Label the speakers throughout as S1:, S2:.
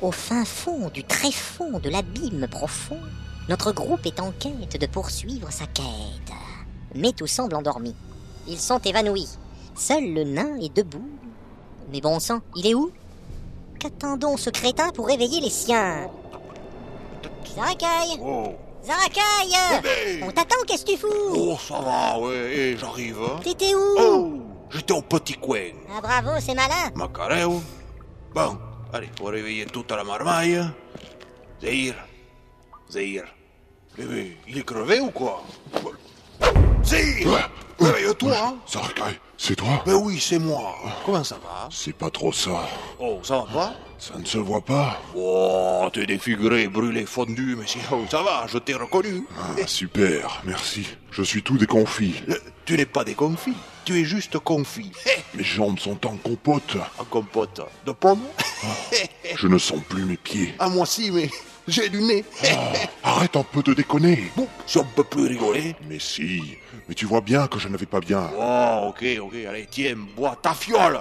S1: Au fin fond du tréfonds de l'abîme profond, notre groupe est en quête de poursuivre sa quête. Mais tout semble endormi. Ils sont évanouis. Seul le nain est debout. Mais bon sang, il est où Qu'attendons ce crétin pour réveiller les siens Zarakai
S2: Oh,
S1: Zarakai
S2: Bébé
S1: On t'attend, qu'est-ce que tu fous
S2: oh ça va, ouais, eh, j'arrive. hein.
S1: T'étais où
S2: Oh, j'étais au petit coin.
S1: Ah bravo, c'est malin
S2: Macareu. Bon, allez, faut réveiller toute la marmaille. Zahir, Zahir. Bébé, il est crevé ou quoi Zahir Réveille-toi hein.
S3: Sarkai, c'est toi
S2: Ben oui, c'est moi. Comment ça va
S3: C'est pas trop ça.
S2: Oh, ça va pas
S3: Ça ne se voit pas
S2: Oh, t'es défiguré, brûlé, fondu, mais sinon, ça va, je t'ai reconnu.
S3: Ah, Super, merci. Je suis tout déconfit.
S2: Euh, Tu n'es pas déconfit, tu es juste confit. Hé,
S3: Mes jambes sont en compote.
S2: en compote de pommes
S3: Je ne sens plus mes pieds.
S2: À moi si, mais j'ai du nez.
S3: Arrête un peu de déconner.
S2: Bon, si on peut plus rigoler.
S3: Mais si, mais tu vois bien que je ne vais pas bien.
S2: Oh, ok, ok, allez, tiens, bois ta fiole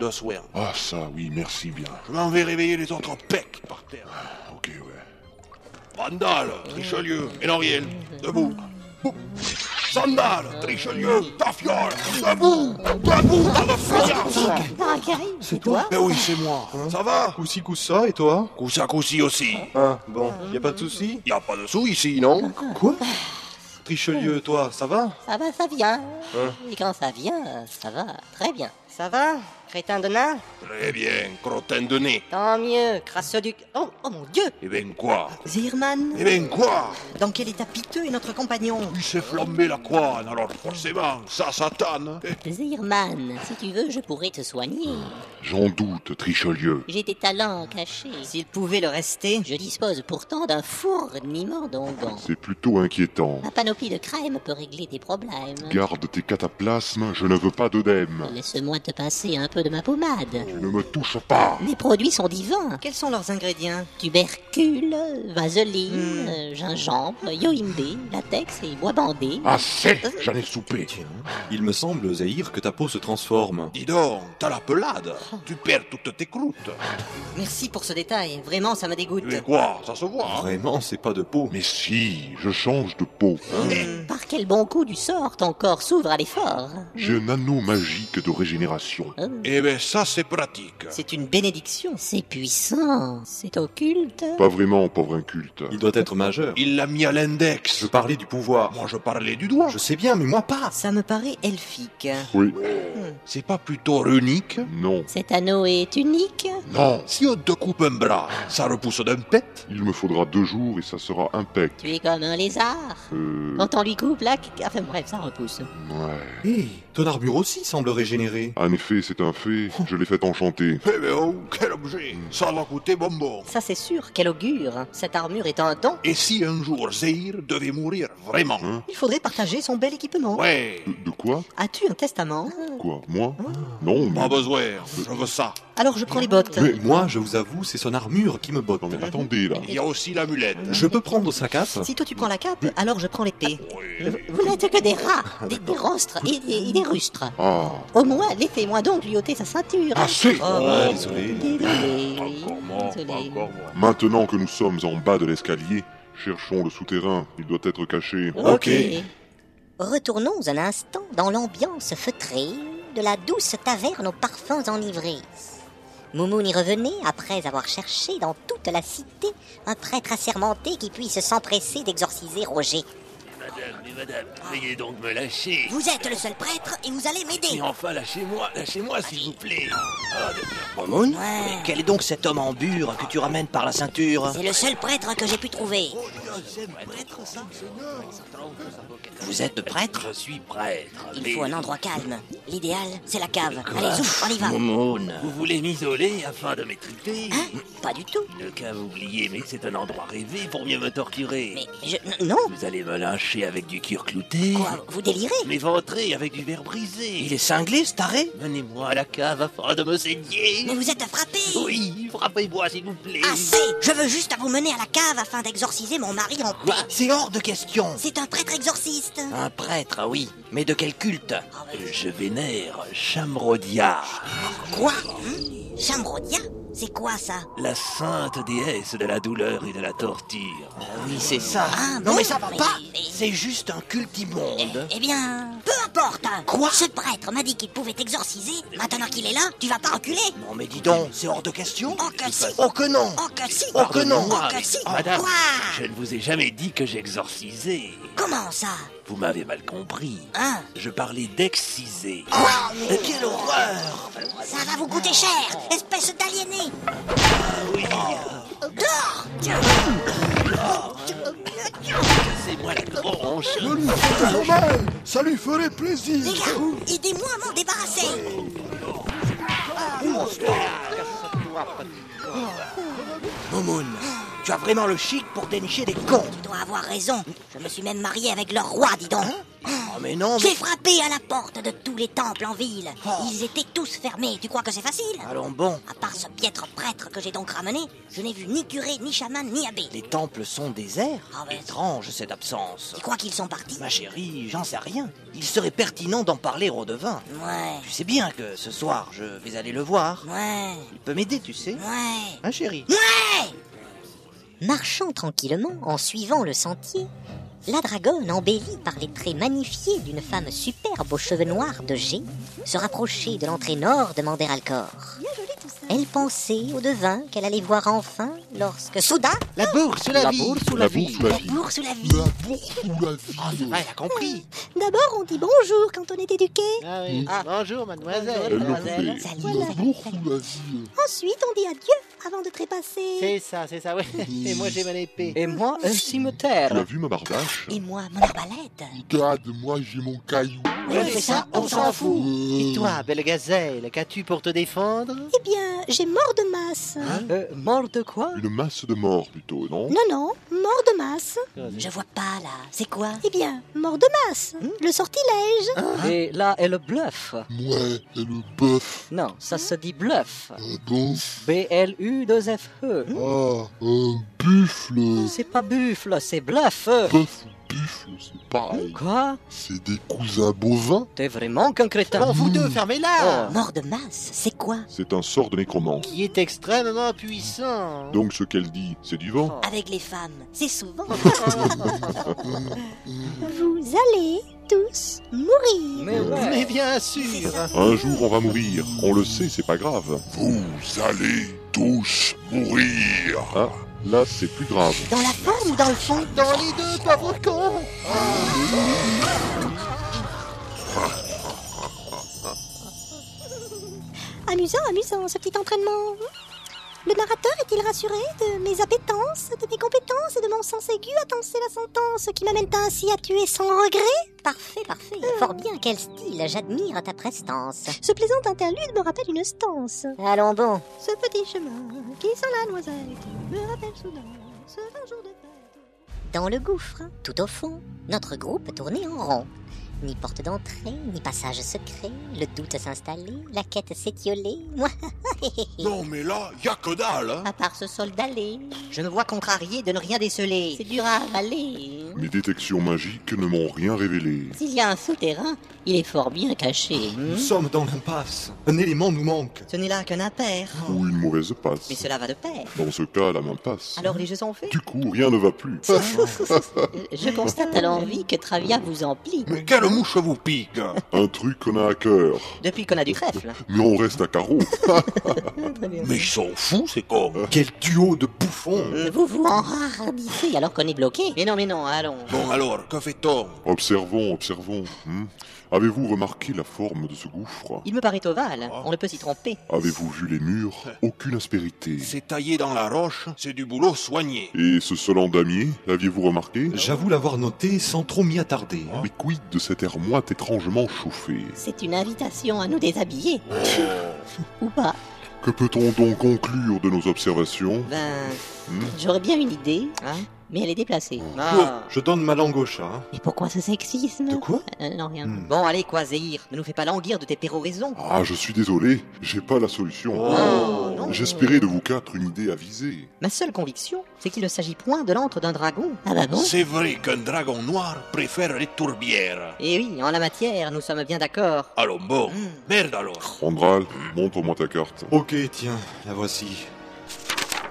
S2: de, de soin.
S3: Ah ça, oui, merci bien.
S2: Je m'en vais réveiller les autres pecs par terre.
S3: Ok, ouais.
S2: Vandale, Richelieu, Ménoriel, debout. Bou- Sandale, Richelieu, ta fiole, debout, debout, dans le fuyard.
S4: C'est toi
S2: Mais oui, c'est moi, ça va
S4: Coussi coussa et toi
S2: Coussa coussi aussi.
S4: Ah, bon, y a pas de souci.
S2: Y a pas de sous ici, non
S4: Quoi Richelieu, toi, ça va
S5: Ah bah ça vient.
S2: Hein
S5: Et quand ça vient, ça va. Très bien. Ça va Crétin de nain
S2: Très bien, crottin de nez.
S5: Tant mieux, crasseux du... Oh, oh mon dieu
S2: Eh ben quoi
S5: Zirman
S2: Eh ben quoi
S5: Dans quel état piteux est notre compagnon
S2: Il s'est flambé la couenne, alors forcément, ça satane.
S1: Zirman, si tu veux, je pourrais te soigner.
S3: J'en doute, Trichelieu.
S1: J'ai des talents cachés.
S5: S'il pouvait le rester,
S1: Je dispose pourtant d'un fourniment d'onguents.
S3: C'est plutôt inquiétant.
S1: Ma panoplie de crème peut régler tes problèmes.
S3: Garde tes cataplasmes, je ne veux pas d'œdème.
S1: Laisse-moi te passer un peu de ma pommade.
S3: Ne me touche pas.
S1: Mes produits sont divins.
S5: quels sont leurs ingrédients
S1: Tubercule, vaseline, euh, gingembre, yohimbé, latex et bois bandé.
S3: Ah. Assez, j'en ai soupé.
S4: Il me semble, Zahir, que ta peau se transforme.
S2: Dis donc, t'as la pelade. Tu perds toutes tes croûtes.
S5: Merci pour ce détail, vraiment ça me dégoûte.
S2: Mais quoi, ça se voit. hein
S4: Vraiment, c'est pas de peau.
S3: Mais si, je change de peau.
S1: Par quel bon coup du sort, ton corps s'ouvre à l'effort.
S3: J'ai un anneau magique de régénération.
S2: Eh ben ça, c'est pratique.
S5: C'est une bénédiction.
S1: C'est puissant, c'est occulte.
S3: Pas vraiment, pauvre inculte.
S4: Il doit être majeur.
S2: Il l'a mis à l'index.
S4: Je parlais du pouvoir.
S2: Moi, je parlais du doigt.
S4: Je sais bien, mais moi pas.
S5: Ça me paraît elfique.
S3: Oui.
S2: C'est pas plutôt runique
S3: Non.
S1: Cet anneau est unique.
S3: Non.
S2: Si on te coupe un bras, ça repousse d'un pet
S3: Il me faudra deux jours et ça sera impec.
S1: Tu es comme un lézard.
S3: Euh.
S1: Quand on lui coupe la... Enfin bref, ça repousse.
S3: Ouais.
S4: Hé, Eh, ton armure aussi semble régénérer.
S3: En effet, c'est un fait. Je l'ai fait enchanter.
S2: Eh ben oh, quel objet Ça va coûter bonbon.
S1: Ça c'est sûr, quel augure. Cette armure est un don.
S2: Et si un jour Zéhir devait mourir vraiment
S4: Hein
S5: Il faudrait partager son bel équipement.
S2: Ouais,
S3: De, de quoi
S5: As-tu un testament
S3: Quoi Moi
S5: Ah.
S3: Non, mais...
S2: pas besoin, je veux ça.
S5: Alors je prends les bottes.
S4: Mais moi, je vous avoue, c'est son armure qui me botte.
S3: Non, mais attendez, là.
S2: Il y a aussi l'amulette.
S4: Je peux prendre sa cape
S5: Si toi tu prends la cape, alors je prends l'épée.
S2: Oui.
S1: Vous n'êtes que des rats, des, des rostres et des, et des rustres.
S3: Ah.
S1: Au moins, laissez-moi donc lui ôter sa ceinture. Oh,
S3: Assez
S4: Ah, désolé.
S1: Désolé.
S2: Encore moi,
S1: Désolé.
S2: encore moi.
S3: Maintenant que nous sommes en bas de l'escalier, cherchons le souterrain. Il doit être caché.
S4: Ok.
S1: Retournons un instant dans l'ambiance feutrée de la douce taverne aux parfums enivrés. Moumoun y revenait après avoir cherché dans toute la cité un prêtre assermenté qui puisse s'empresser d'exorciser Roger.
S6: Madame, mais madame, veuillez donc me lâcher.
S1: Vous êtes le seul prêtre et vous allez m'aider.
S6: Mais enfin, lâchez-moi, Bah, lâchez-moi, s'il vous plaît.
S7: Momoun
S1: Ouais.
S7: Quel est donc cet homme en bure que tu ramènes par la ceinture
S1: C'est le seul prêtre que j'ai pu trouver.
S6: Oh,
S7: Vous êtes prêtre
S6: Je suis prêtre.
S1: Il
S6: mais
S1: faut un endroit calme. L'idéal, c'est la cave. Allez, zouf, on y va.
S7: Momoun
S6: Vous voulez m'isoler afin de m'étriper
S1: Hein Pas du tout.
S6: Ne qu'à oublier, mais c'est un endroit rêvé pour mieux me torturer.
S1: Mais je... n- Non
S6: Vous allez me lyncher avec du cuir clouté.
S1: Quoi, vous délirez
S6: M'éventrer avec du verre brisé.
S7: Il est cinglé, ce taré
S6: Menez-moi à la cave afin de me saigner.
S1: Mais vous êtes frappé
S6: Oui, frappez-moi, s'il vous plaît.
S7: Ah,
S1: Assez Je veux juste vous mener à la cave afin d'exorciser mon mari en
S7: Quoi
S1: paix.
S7: Bah, C'est hors de question
S1: C'est un prêtre exorciste.
S7: Un prêtre, ah oui, mais de quel culte
S1: Ah, mais-
S6: Je vénère Chamrodiard.
S1: Quoi Hein Chamrodia C'est quoi ça
S6: La sainte déesse de la douleur et de la torture.
S7: Oui, c'est ça.
S1: Ah,
S7: non,
S1: bon,
S7: mais ça va
S1: mais-
S7: pas.
S1: mais-
S7: C'est juste un culte immonde.
S1: Eh bien, peu importe hein. Ce prêtre m'a dit qu'il pouvait exorciser. Maintenant qu'il est là, tu vas pas reculer
S7: Non, mais dis donc, c'est hors de question.
S1: Oh que si
S7: Oh que non
S1: Oh que si
S7: Oh que non
S1: Oh
S6: Pardonnez-moi,
S1: que
S6: mais-
S1: si
S6: Madame,
S1: Quoi
S6: je ne vous ai jamais dit que j'exorcisais.
S1: Comment ça
S6: Vous m'avez mal compris.
S1: Hein
S6: Je parlais d'exciser.
S7: Oh, Mais Quelle horreur
S1: Ça va vous coûter cher, espèce d'aliéné Dehors
S6: Moi, la branche.
S4: Ça lui ferait plaisir
S1: Les gars, aidez-moi à m'en débarrasser
S7: Momoun, tu as vraiment le chic pour dénicher des cons.
S1: Tu dois avoir raison. Je me suis même marié avec leur roi, dis donc.
S7: Oh mais non, mais...
S1: J'ai frappé à la porte de tous les temples en ville. Ils étaient tous fermés. Tu crois que c'est facile
S7: Allons bon,
S1: À part ce piètre prêtre que j'ai donc ramené, je n'ai vu ni curé, ni chaman, ni abbé.
S7: les temples sont déserts.
S1: Ah ouais.
S7: Étrange cette absence.
S1: Tu crois qu'ils sont partis
S7: Ma chérie, j'en sais rien. Il serait pertinent d'en parler au devin.
S1: Ouais.
S7: Tu sais bien que ce soir, je vais aller le voir.
S1: Ouais.
S7: Il peut m'aider, tu sais.
S1: Ouais.
S7: Hein, chérie
S1: Marchant tranquillement en suivant le sentier, la dragonne, embellie par les traits magnifiés d'une femme superbe aux cheveux noirs de G, se rapprochait de l'entrée nord de Manderalcor. Elle pensait au devin qu'elle allait voir enfin lorsque soudain
S5: La bourse ou la, vie
S3: La bourse ou la vie
S1: bourse sous la vie.
S3: euh.
S7: Ouais, a compris. Hmm.
S1: D'abord on dit bonjour quand on est éduqué,
S5: Ah oui. Ah, bonjour, mademoiselle.
S3: Elle le coupait.
S1: Salut.
S3: La bourse ou la vie euh.
S1: ensuite on dit adieu avant de trépasser.
S5: C'est ça, c'est ça, oui.
S7: Hmm.
S5: Et moi, j'ai mon épée. Et moi, un
S3: Tu
S5: cimetière.
S3: l'as vu ma bardache
S1: Et moi, mon arbalète.
S3: Regarde, moi j'ai mon caillou.
S5: Ouais, mais ça, on s'en fout. Et toi, belle gazelle, qu'as-tu pour te défendre
S7: Hmm.
S1: Eh bien, j'ai mort de masse.
S7: Hein
S5: Euh, Mort de quoi
S3: Une masse de morts plutôt, non
S8: Non, non, mort de masse.
S1: Je vois pas là. C'est quoi
S8: Eh bien, mort de masse. Le sortilège.
S9: Hein?
S5: Et là est le bluff.
S3: Ouais, et le bœuf,
S5: Non, ça se dit bluff.
S3: un bon,
S5: B-L-U-2-F-E.
S3: ah, un buffle.
S5: E. C'est pas buffle, c'est bluff.
S3: Bœuf ou buffle, c'est pareil.
S5: Quoi
S3: C'est des cousins bovins
S5: T'es vraiment qu'un crétin.
S9: Bon, vous deux, fermez-la
S1: Mort de masse, c'est quoi
S3: C'est un sort de
S7: Oh.
S3: nécromance.
S9: Qui est extrêmement puissant
S3: Donc ce qu'elle dit, c'est du vent.
S1: Avec les femmes, c'est souvent.
S8: Vous allez tous mourir.
S5: Mais ouais.
S9: Mais bien
S1: C'est
S9: sûr
S1: ça.
S3: Un jour on va mourir, on le sait, c'est pas grave.
S2: Vous allez tous mourir.
S3: Ah, là c'est plus grave.
S1: Dans la forme ou dans le fond
S9: Dans les deux, pauvre con
S8: Amusant, amusant, ce petit entraînement. Le narrateur est-il rassuré de mes appétences, de mes compétences et de mon sens aigu à tenser la sentence qui m'amène ainsi à tuer sans regret
S1: Parfait, parfait. Fort bien, quel style. J'admire ta prestance.
S8: Ce plaisant interlude me rappelle une stance.
S1: Allons bon.
S8: Ce petit chemin qui sent la noisette me rappelle soudain ce long jour de fête.
S1: Dans le gouffre, tout au fond, notre groupe tournait en rond. Ni porte d'entrée, ni passage secret, le doute s'installait, la quête s'étiolait, moi,
S2: Non, mais là, y a que dalle, hein.
S1: à part ce sol d'aller, je me vois contrarié de ne rien déceler. C'est dur à avaler.
S3: Mes détections magiques ne m'ont rien révélé.
S5: S'il y a un souterrain, il est fort bien caché.
S4: Nous sommes dans l'impasse. Un élément nous manque.
S5: Mhm. Ce n'est là qu'un impair,
S3: Ou une mauvaise passe.
S5: mais cela va de pair.
S3: Dans ce cas, la main passe.
S5: Alors les jeux sont faits
S3: Du coup, rien ne va plus.
S5: Je constate à l'envie que Travia vous emplit.
S2: Mais quelle mouche vous pique
S3: Un truc qu'on a à cœur.
S5: Depuis qu'on a du trèfle.
S3: Mais on reste à carreau.
S2: Mais ils sont fous, ces cons
S4: Quel duo de bouffons
S5: Euh, Vous vous enhardissez alors qu'on est bloqué. Mais non, mais non, allons.
S2: Bon alors, que fait-on
S3: Observons, observons. hmm. Avez-vous remarqué la forme de ce gouffre
S5: Il me paraît ovale, on ne peut s'y tromper.
S3: Avez-vous vu les murs Aucune aspérité.
S2: C'est taillé dans la roche, c'est du boulot soigné.
S3: Et ce solent damier, l'aviez-vous remarqué
S4: J'avoue l'avoir noté sans trop m'y attarder.
S3: Mais quid de cette air moite étrangement chauffée
S5: C'est une invitation à nous déshabiller. Euh. Ou pas.
S3: Que peut-on donc conclure de nos observations
S5: Ben,
S3: Hmm
S5: j'aurais bien une idée. Hein mais elle est déplacée.
S9: Ah.
S4: Oh, Je donne ma langue au chat. hein.
S5: Mais pourquoi ce sexisme
S4: De quoi
S5: Euh, Non, rien.
S4: Hmm.
S5: Bon, allez, quoi, Zéhir, ne nous fais pas languir de tes péroraisons.
S3: Ah, je suis désolé, j'ai pas la solution.
S5: Oh, non.
S3: J'espérais de vous quatre une idée avisée.
S5: Ma seule conviction, c'est qu'il ne s'agit point de l'antre d'un dragon. Ah bah bon
S2: C'est vrai qu'un dragon noir préfère les tourbières.
S5: Eh oui, en la matière, nous sommes bien d'accord.
S2: Allons bon, merde alors.
S3: Randral, montre-moi ta carte.
S4: Ok, tiens, la voici.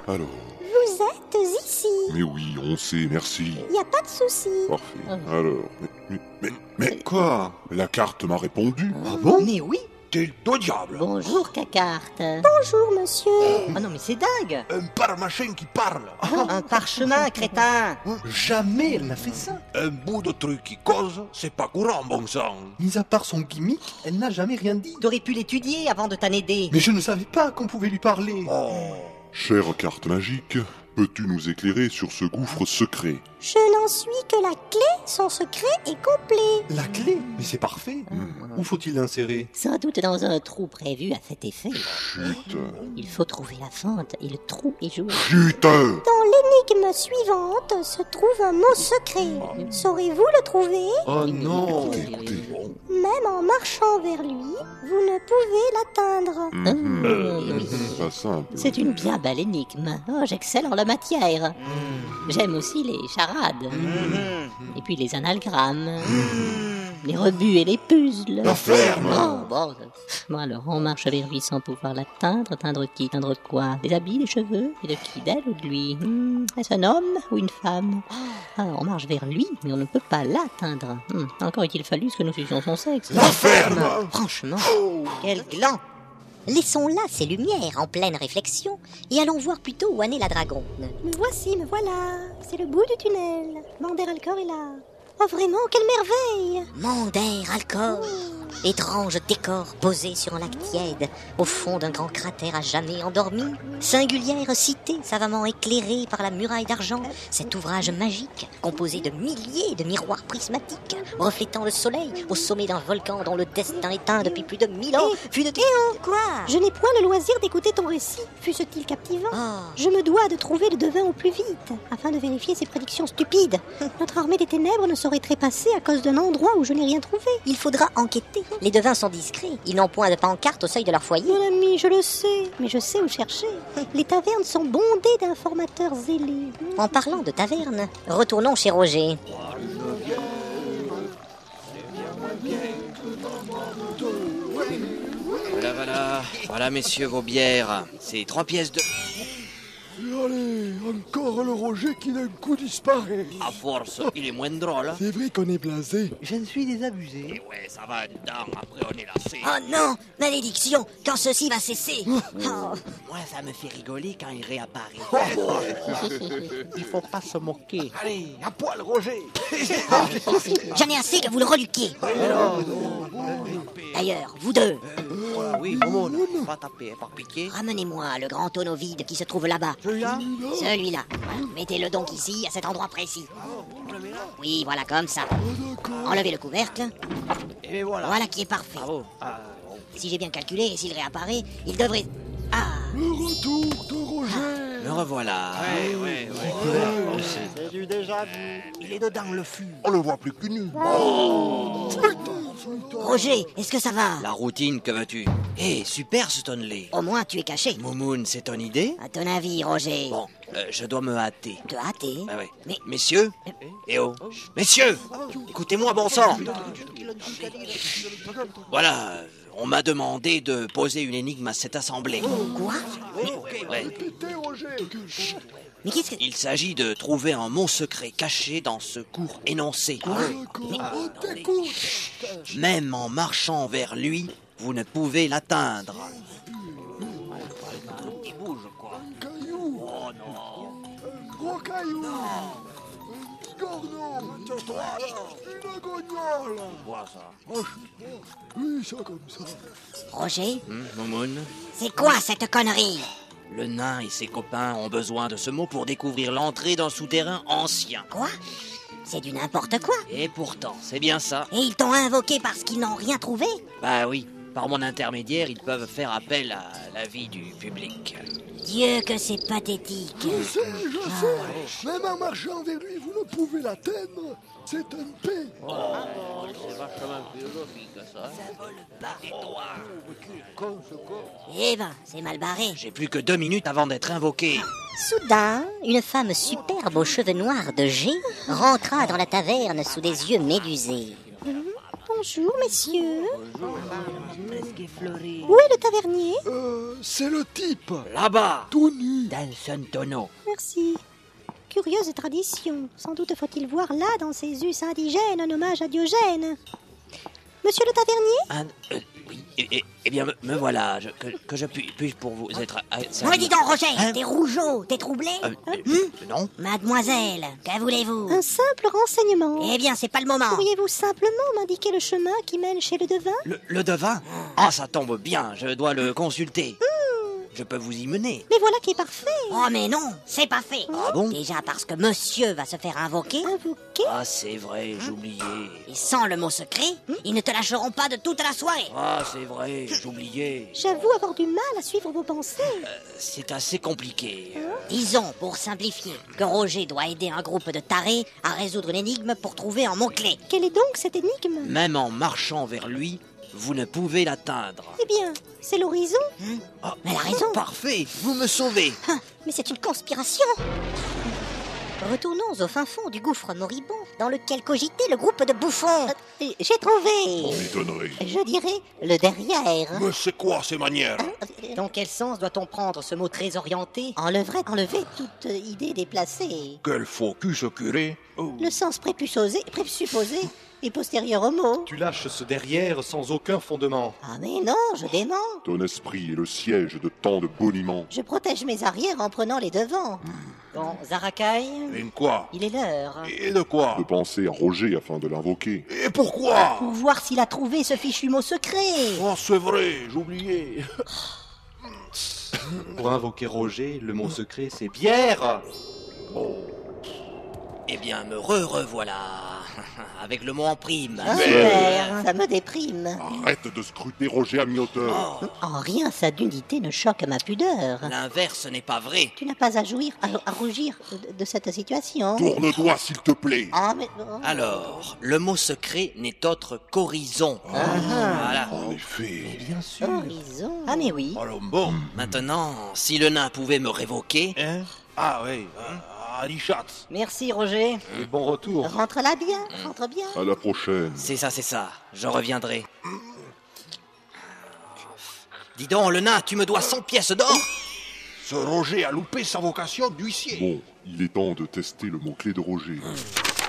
S3: Alors.
S8: Vous êtes ici.
S3: Mais oui, on sait, merci.
S8: Y a pas de souci.
S3: Parfait. Alors. Mais, mais, mais, mais
S4: Quoi
S3: la carte m'a répondu.
S4: Ah bon
S5: Mais oui
S2: T'es au diable.
S5: Bonjour, Cacarte
S8: Bonjour, monsieur.
S5: Ah non, mais c'est dingue
S2: Un parmachin qui parle.
S5: Un parchemin, crétin
S4: Jamais elle n'a fait ça
S2: Un bout de truc qui cause, c'est pas courant, bon sang.
S4: Mis à part son gimmick, elle n'a jamais rien dit.
S5: T'aurais pu l'étudier avant de t'en aider.
S4: Mais je ne savais pas qu'on pouvait lui parler.
S2: Oh.
S3: Chère carte magique, peux-tu nous éclairer sur ce gouffre secret
S8: Je n'en suis que la clé. Son secret est complet.
S4: La clé Mais c'est parfait. Où faut-il l'insérer
S5: Sans doute dans un trou prévu à cet effet.
S3: Chut.
S5: Il faut trouver la fente et le trou est joué.
S3: Chut
S8: Dans l'énigme suivante se trouve un mot secret. Saurez-vous le trouver
S4: Oh non
S8: Même en marchant vers lui, vous ne pouvez l'atteindre.
S3: Mhm.
S5: Euh,
S3: C'est pas simple.
S5: C'est une bien belle énigme. Oh, j'excelle en la matière. J'aime aussi les charades. Et puis les analgrammes. Les rebuts et les puzzles.
S3: La ferme.
S5: Oh, bon. bon, alors on marche vers lui sans pouvoir l'atteindre. Teindre qui Teindre quoi Des habits, des cheveux Et de qui D'elle ou de lui Hmm, Est-ce un homme ou une femme Ah, On marche vers lui, mais on ne peut pas l'atteindre. Hmm, Encore est-il fallu que nous suivions son sexe. La ferme Franchement, quel gland
S1: Laissons là ces lumières en pleine réflexion et allons voir plutôt où en est la dragonne.
S8: Me voici, me voilà. C'est le bout du tunnel. Mander Alcor est là. Oh vraiment, quelle merveille
S1: Mandaire, Alcor, étrange décor posé sur un lac tiède, au fond d'un grand cratère à jamais endormi, singulière cité savamment éclairée par la muraille d'argent, cet ouvrage magique composé de milliers de miroirs prismatiques reflétant le soleil au sommet d'un volcan dont le destin éteint depuis plus de mille ans fut de... Quoi
S8: Je n'ai point le loisir d'écouter ton récit, fût-ce-t-il captivant.
S1: Oh.
S8: Je me dois de trouver le devin au plus vite, afin de vérifier ses prédictions stupides. Notre armée des ténèbres ne saurait trépasser à cause d'un endroit où je n'ai rien trouvé.
S1: Il faudra enquêter. Les devins sont discrets. Ils n'ont point de pancarte au seuil de leur foyer.
S8: Mon ami, je le sais, mais je sais où chercher. Les tavernes sont bondées d'informateurs zélés.
S1: En parlant de taverne, retournons chez Roger.
S7: Voilà, voilà. Voilà, messieurs, vos bières. C'est trois pièces de.
S9: Allez, encore le Roger qui d'un coup disparaît.
S7: À force, il est moins drôle.
S9: C'est vrai qu'on est blasé.
S7: Je ne suis désabusé. Et ouais, ça va dedans. Après, on est lassé.
S1: Oh non Malédiction Quand ceci va cesser Oh,
S7: Moi, ça me fait rigoler quand il réapparaît.
S9: Il faut pas se moquer.
S7: Allez, à poil, Roger.
S1: J'en ai assez que vous le reluquiez D'ailleurs, vous deux,
S7: Ah oui, Momone, pas taper, par pitié.
S1: ramenez-moi le grand tonneau vide qui se trouve là-bas.
S9: Celui-là
S1: Celui-là. Voilà. Mettez-le donc ici, à cet endroit précis. Oui, voilà, comme ça. Enlevez le couvercle.
S7: Et voilà.
S1: Voilà qui est parfait.
S7: Bravo. Ah,
S1: Si j'ai bien calculé, et s'il réapparaît, il devrait... Ah
S9: Le retour de Roger
S7: me revoilà. Ouais, ouais, ouais. Euh,
S9: C'est du déjà vu.
S7: Il est dedans, le fût.
S2: On le voit plus que nu.
S1: Roger, est-ce que ça va
S7: La routine, que veux-tu Hé, super, ce Tonley.
S1: Au moins, tu es caché.
S7: Moumoun, c'est ton idée
S1: À ton avis, Roger
S7: Bon, euh, je dois me hâter.
S1: Te hâter
S7: Ouais, ouais.
S1: Mais-
S7: Messieurs Eh oh Messieurs Écoutez-moi, bon sang Voilà, on m'a demandé de poser une énigme à cette assemblée.
S1: Quoi
S7: Ouais.
S1: Mais qu'est-ce que...
S7: Il s'agit de trouver un mot secret caché dans ce cours énoncé. Ah, Même en marchant vers lui, vous ne pouvez l'atteindre. Il bouge, quoi. Oh non
S9: Gros caillou Un Gornon Une gognole
S7: Quoi, ça
S9: Oui, ça comme ça.
S1: Roger
S7: Hum, Moumoun
S1: C'est quoi cette connerie
S7: Le nain et ses copains ont besoin de ce mot pour découvrir l'entrée d'un souterrain ancien.
S1: Quoi C'est du n'importe quoi
S7: Et pourtant, c'est bien ça.
S1: Et ils t'ont invoqué parce qu'ils n'ont rien trouvé
S7: Bah oui, Par mon intermédiaire, ils peuvent faire appel à l'avis du public.
S1: Dieu que c'est pathétique. Ah,
S9: Je sais, je sais. Même en marchant vers lui, vous ne pouvez l'atteindre. C'est un P. Ah, Oh,
S1: Eh ben, c'est mal barré.
S7: J'ai plus que deux minutes avant d'être invoqué.
S1: Soudain, une femme superbe aux cheveux noirs de G rentra dans la taverne sous des yeux médusés.
S8: Mhm. Bonjour, messieurs. Où est le tavernier
S9: Euh, c'est le type,
S7: Là-bas,
S9: tout nu.
S7: Dalson Tonneau.
S8: Merci. Curieuse tradition. Sans doute faut-il voir là, dans ces us indigènes, un hommage à Diogène. Monsieur le tavernier
S7: Un- euh, oui, eh, eh, eh bien, me, me voilà. Je- que, que je puis, puis pour vous être. ah, c'est-
S1: Moi, Oh, dis donc, Roger,
S7: Hein
S1: t'es rougeau, t'es troublé
S7: Euh, euh, Non
S1: Mademoiselle, que voulez-vous
S8: Un simple renseignement.
S1: Eh bien, c'est pas le moment.
S8: Pourriez-vous simplement m'indiquer le chemin qui mène chez le devin
S7: le, le devin Ah, ça tombe bien, je dois le consulter. Je peux vous y mener.
S8: Mais voilà qui est parfait.
S1: Oh, mais non, c'est pas fait.
S7: Ah bon
S1: Déjà parce que monsieur va se faire invoquer,
S8: Invoqué
S7: Ah, c'est vrai, j'oubliais.
S1: et sans le mot secret,
S7: Hein
S1: ils ne te lâcheront pas de toute la soirée.
S7: Ah, c'est vrai, j'oubliais.
S8: J'avoue avoir du mal à suivre vos pensées.
S7: C'est assez compliqué.
S1: Hein Disons, pour simplifier, que Roger doit aider un groupe de tarés à résoudre une énigme pour trouver un mot-clé.
S8: Quelle est donc cette énigme
S7: Même en marchant vers lui, vous ne pouvez l'atteindre.
S8: Eh bien, c'est l'horizon,
S7: Ah,
S1: Elle a Hein raison. Ah,
S7: Parfait, vous me sauvez.
S8: mais c'est une conspiration.
S1: Retournons au fin fond du gouffre moribond dans lequel cogitait le groupe de bouffons.
S8: Euh, J'ai trouvé.
S7: Oh.
S3: M'étonnerait.
S8: Je dirais le derrière.
S2: Mais c'est quoi ces manières
S1: Euh, Dans quel sens doit-on prendre ce mot très orienté
S8: Enleverait, enlever toute euh, idée déplacée.
S2: Quel faux cul ce curé Oh,
S8: Le sens prépucosé, présupposé et postérieur au mot.
S4: Tu lâches ce derrière sans aucun fondement.
S8: Ah mais non, je dément.
S3: Ton esprit est le siège de tant de boniments.
S8: Je protège mes arrières en prenant les devants.
S1: Hmm. Bon, Zarakai,
S2: mais quoi
S1: il est l'heure.
S2: Et de quoi
S3: De penser à Roger afin de l'invoquer.
S2: Et pourquoi
S8: Pour voir s'il a trouvé ce fichu mot secret.
S2: Oh, c'est vrai, j'oubliais.
S4: Pour invoquer Roger, le mot secret c'est bière.
S7: Eh bien, me re-revoilà. Avec le mot en prime.
S8: Ah, Super, ça me déprime.
S3: Arrête de scruter Roger à mi-hauteur.
S8: En rien, sa nudité ne choque ma pudeur.
S7: L'inverse n'est pas vrai.
S8: Tu n'as pas à jouir, à, à rougir de, de cette situation.
S3: Tourne-toi s'il te plaît.
S8: Ah, mais. oh.
S7: Alors, le mot secret n'est autre qu'horizon. Voilà.
S3: En effet.
S4: Bien sûr.
S8: Horizon. Ah, mais oui.
S2: Alors bon.
S7: Maintenant, si le nain pouvait me révoquer,
S2: Hein Ah oui, à à Richatz.
S1: Merci Roger.
S4: Et bon retour.
S8: Rentre là bien, rentre bien.
S3: À la prochaine.
S7: c'est ça, c'est ça. Je reviendrai. Dis donc, le nain, tu me dois 100 pièces d'or
S2: Ce Roger a loupé sa vocation d'huissier.
S3: Bon, il est temps de tester le mot-clé de Roger.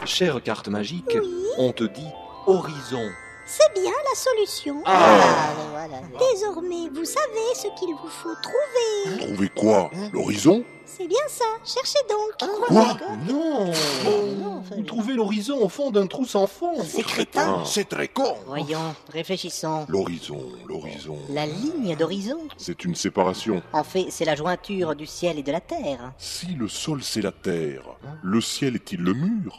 S4: Chère carte magique, on te dit horizon.
S8: C'est bien la solution.
S4: Ah.
S8: Ah, ben voilà. Désormais, vous savez ce qu'il vous faut trouver.
S3: Trouver quoi L'horizon
S8: C'est bien ça. Cherchez donc.
S3: Quoi
S4: Non Trouver l'horizon au fond d'un trou sans fond.
S3: Ah,
S2: C'est très con.
S1: Voyons, réfléchissons.
S3: L'horizon, l'horizon.
S1: La ligne d'horizon,
S3: C'est une séparation.
S1: en fait, c'est la jointure du ciel et de la terre.
S3: Si le sol c'est la terre, le ciel est-il le mur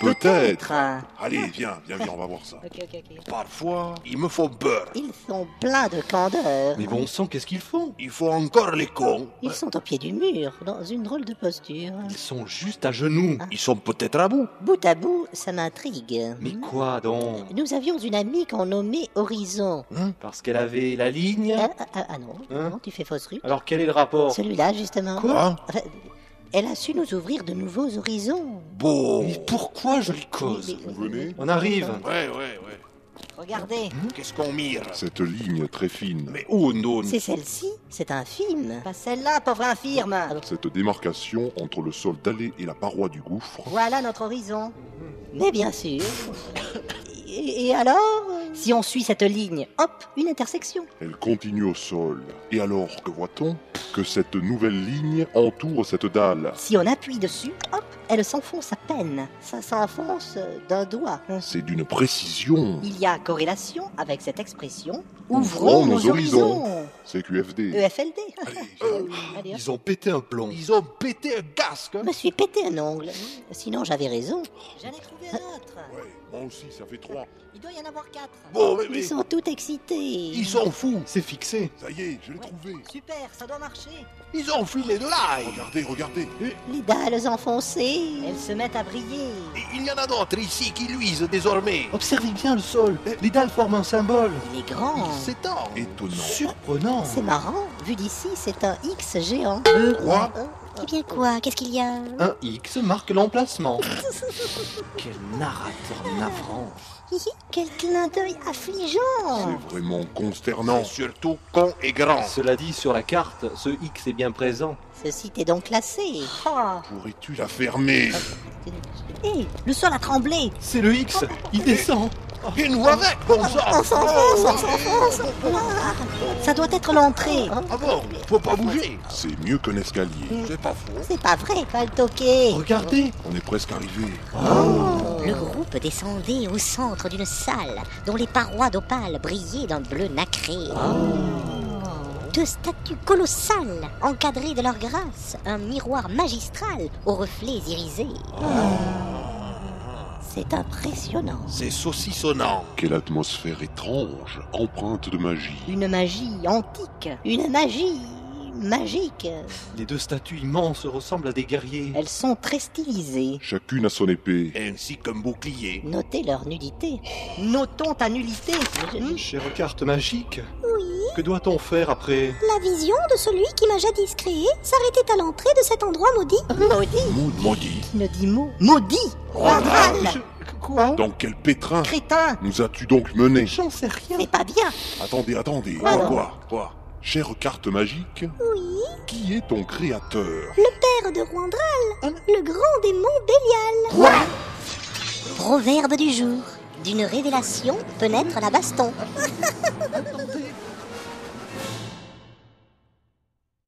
S3: Peut-être.
S1: Train.
S3: Allez, viens, viens, viens, on va voir ça.
S1: Ok, ok, ok.
S2: Parfois, ils me font peur.
S8: Ils sont pleins de candeur.
S4: Mais bon sang, qu'est-ce qu'ils font
S2: Ils font encore les cons.
S8: Ils sont au pied du mur, dans une drôle de posture.
S4: Ils sont juste à genoux.
S2: Ils sont peut-être à bout.
S8: Bout à bout, ça m'intrigue.
S4: Mais quoi donc
S8: Nous avions une amie qu'on nommait Horizon.
S1: Hein
S4: Parce qu'elle avait la ligne
S8: Ah, ah, ah, ah non,
S4: Hein
S8: non, tu fais fausse rue.
S4: Alors quel est le rapport
S8: Celui-là, justement.
S2: Hein
S8: Enfin, Elle a su nous ouvrir de nouveaux horizons.
S2: Bon.
S4: Mais pourquoi je lui cause
S8: Mais- mais-
S3: venez
S4: On arrive
S2: Ouais, ouais, ouais.
S1: Regardez,
S2: Qu'est-ce qu'on mire
S3: Cette ligne très fine,
S2: Mais où on donne
S8: C'est celle-ci, c'est un film. Ah,
S1: pas celle-là, pauvre infirme.
S3: cette démarcation entre le sol dallé et la paroi du gouffre,
S1: Voilà notre horizon.
S8: Mmh. Mais bien sûr. Et, et alors euh,
S1: Si on suit cette ligne,
S8: Hop, une intersection.
S3: elle continue au sol. Et alors, que voit-on Que cette nouvelle ligne entoure cette dalle.
S8: Si on appuie dessus, hop, elle s'enfonce à peine. Ça s'enfonce euh, d'un doigt.
S3: C'est d'une précision.
S8: Il y a corrélation avec cette expression
S3: Ouvrons nos horizons.
S8: horizons. E
S3: CQFD.
S8: EFLD. Allez, hop.
S4: Ils ont pété un plomb.
S2: Ils ont pété un casque. hein.
S8: Je me suis pété un ongle. Sinon, j'avais raison.
S1: j'en ai trouvé un autre.
S3: Ouais, Moi aussi, ça fait trois.
S5: Il doit y en avoir quatre.
S2: Bon, mais, mais
S8: Ils sont tout excités.
S2: ils s'en foutent.
S4: C'est fixé.
S3: Ça y est, je l'ai trouvé.
S5: Super, ça doit marcher.
S2: Ils ont fui les deux lives.
S3: Regardez, regardez.
S8: Les dalles enfoncées.
S5: Elles se mettent à briller.
S2: Et il y en a d'autres ici qui luisent désormais.
S4: Observez bien le sol. Eh, Les dalles forment un symbole.
S5: Il est grand.
S2: Ils s'étendent.
S3: Étonnant.
S4: Surprenant.
S8: C'est marrant. Vu d'ici, c'est un X géant.
S4: Quoi
S8: Eh bien quoi Qu'est-ce qu'il y a
S4: Un X marque l'emplacement.
S6: Quel narrateur navrant
S8: Hihi, Quel clin d'œil
S3: C'est
S8: affligeant
S3: vraiment consternant.
S2: Et Surtout con et grand.
S10: Ah. Cela dit, sur la carte, ce X est bien présent.
S8: Ce site est donc classé.
S5: Oh.
S8: Ah.
S3: Pourrais-tu la fermer
S8: Hé, Eh, le sol a tremblé
S4: C'est le X. Il descend.
S2: Et nous avec, bon sang.
S8: On s'enfonce, on s'enfonce Ah, Ça doit être l'entrée
S2: Ah bon, faut pas bouger.
S3: C'est mieux qu'un escalier.
S2: C'est pas faux.
S8: C'est pas vrai, Oh. va le toquer
S4: Regardez.
S3: On est presque arrivé.
S1: Le groupe descendait au centre d'une salle dont les parois d'opale brillaient d'un bleu nacré.
S8: Oh.
S1: Deux statues colossales encadrées de leur grâce, un miroir magistral aux reflets irisés.
S8: C'est impressionnant.
S2: C'est saucissonnant.
S3: Quelle atmosphère étrange, empreinte de magie.
S8: Une magie antique. Une magie magique.
S4: Les deux statues immenses ressemblent à des guerriers.
S8: Elles sont très stylisées.
S3: Chacune a son épée.
S2: Ainsi qu'un bouclier.
S8: Notez leur nudité. Notons ta Hmm nudité.
S4: Chère carte magique,
S8: Oui,
S4: que doit-on faire après
S8: la vision de celui qui m'a jadis créé s'arrêtait à l'entrée de cet endroit maudit. Maudit
S3: Maudit.
S8: Qui ne dit mot Maudit Vandale
S4: Quoi
S3: Dans quel pétrin
S8: Crétin
S3: nous as-tu donc mené
S4: J'en sais rien.
S8: Mais pas bien
S3: Attendez, attendez.
S8: Quoi
S3: Quoi, quoi
S2: Quoi
S3: Chère carte magique,
S8: Oui,
S3: qui est ton créateur
S8: père de Rwandral, le grand démon Bélial. Quoi
S1: Proverbe du jour. D'une révélation peut naître la baston.